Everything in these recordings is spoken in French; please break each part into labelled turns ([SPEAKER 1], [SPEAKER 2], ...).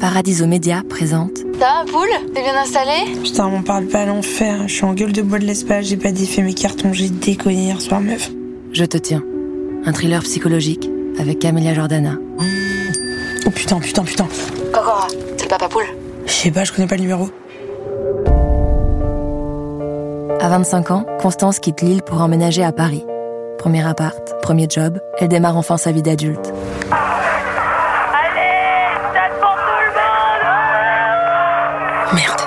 [SPEAKER 1] Paradiso Média présente
[SPEAKER 2] Ça va, poule T'es bien installée
[SPEAKER 3] Putain, on parle pas à l'enfer. Je suis en gueule de bois de l'espace, j'ai pas défait mes cartons, j'ai déconné hier soir, meuf.
[SPEAKER 1] Je te tiens, un thriller psychologique avec Camélia Jordana.
[SPEAKER 3] Oh putain, putain, putain.
[SPEAKER 2] Cocora, c'est le papa poule.
[SPEAKER 3] Je sais pas, je connais pas le numéro.
[SPEAKER 1] À 25 ans, Constance quitte Lille pour emménager à Paris. Premier appart, premier job, elle démarre enfin sa vie d'adulte.
[SPEAKER 4] Allez, ça pour tout le hein monde
[SPEAKER 3] Merde.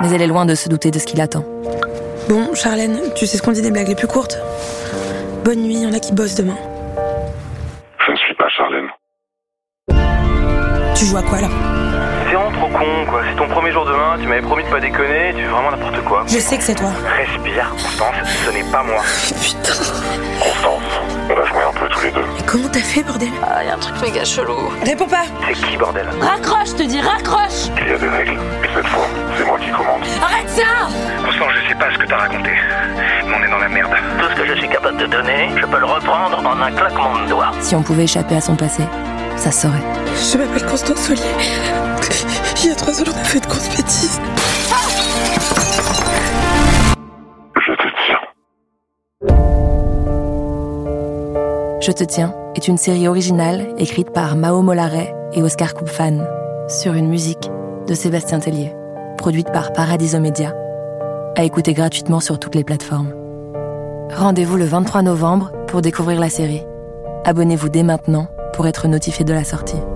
[SPEAKER 1] Mais elle est loin de se douter de ce qui l'attend.
[SPEAKER 3] Bon, Charlène, tu sais ce qu'on dit des blagues les plus courtes Bonne nuit, y'en a qui bossent demain.
[SPEAKER 5] Je ne suis pas Charlène.
[SPEAKER 3] Tu joues à quoi là
[SPEAKER 6] C'est vraiment trop con, quoi. C'est ton premier jour demain, tu m'avais promis de pas déconner, tu fais vraiment n'importe quoi.
[SPEAKER 3] Je sais que c'est toi.
[SPEAKER 6] Respire, Constance, ce n'est pas moi.
[SPEAKER 3] Putain,
[SPEAKER 5] Constance, on a joué un peu tous les deux.
[SPEAKER 3] mais comment t'as fait, bordel
[SPEAKER 2] Ah, y a un truc méga chelou.
[SPEAKER 3] Réponds pas
[SPEAKER 6] C'est qui, bordel
[SPEAKER 2] Raccroche, je te dis, raccroche
[SPEAKER 5] Il y a des règles. Et cette fois, c'est moi qui commande.
[SPEAKER 2] Arrête ça
[SPEAKER 6] Constance, je sais pas ce que t'as raconté, mais on est dans la merde. Tout ce que je suis capable de donner, je peux le reprendre en un claquement de doigts.
[SPEAKER 1] Si on pouvait échapper à son passé, ça saurait.
[SPEAKER 3] Je m'appelle Constance Solier. Il y a trois ans, on a fait de grosses bêtises.
[SPEAKER 5] Je te tiens.
[SPEAKER 1] Je te tiens est une série originale écrite par Mao Mollaret et Oscar Koupfan sur une musique de Sébastien Tellier, produite par Paradiso Media, à écouter gratuitement sur toutes les plateformes. Rendez-vous le 23 novembre pour découvrir la série. Abonnez-vous dès maintenant pour être notifié de la sortie.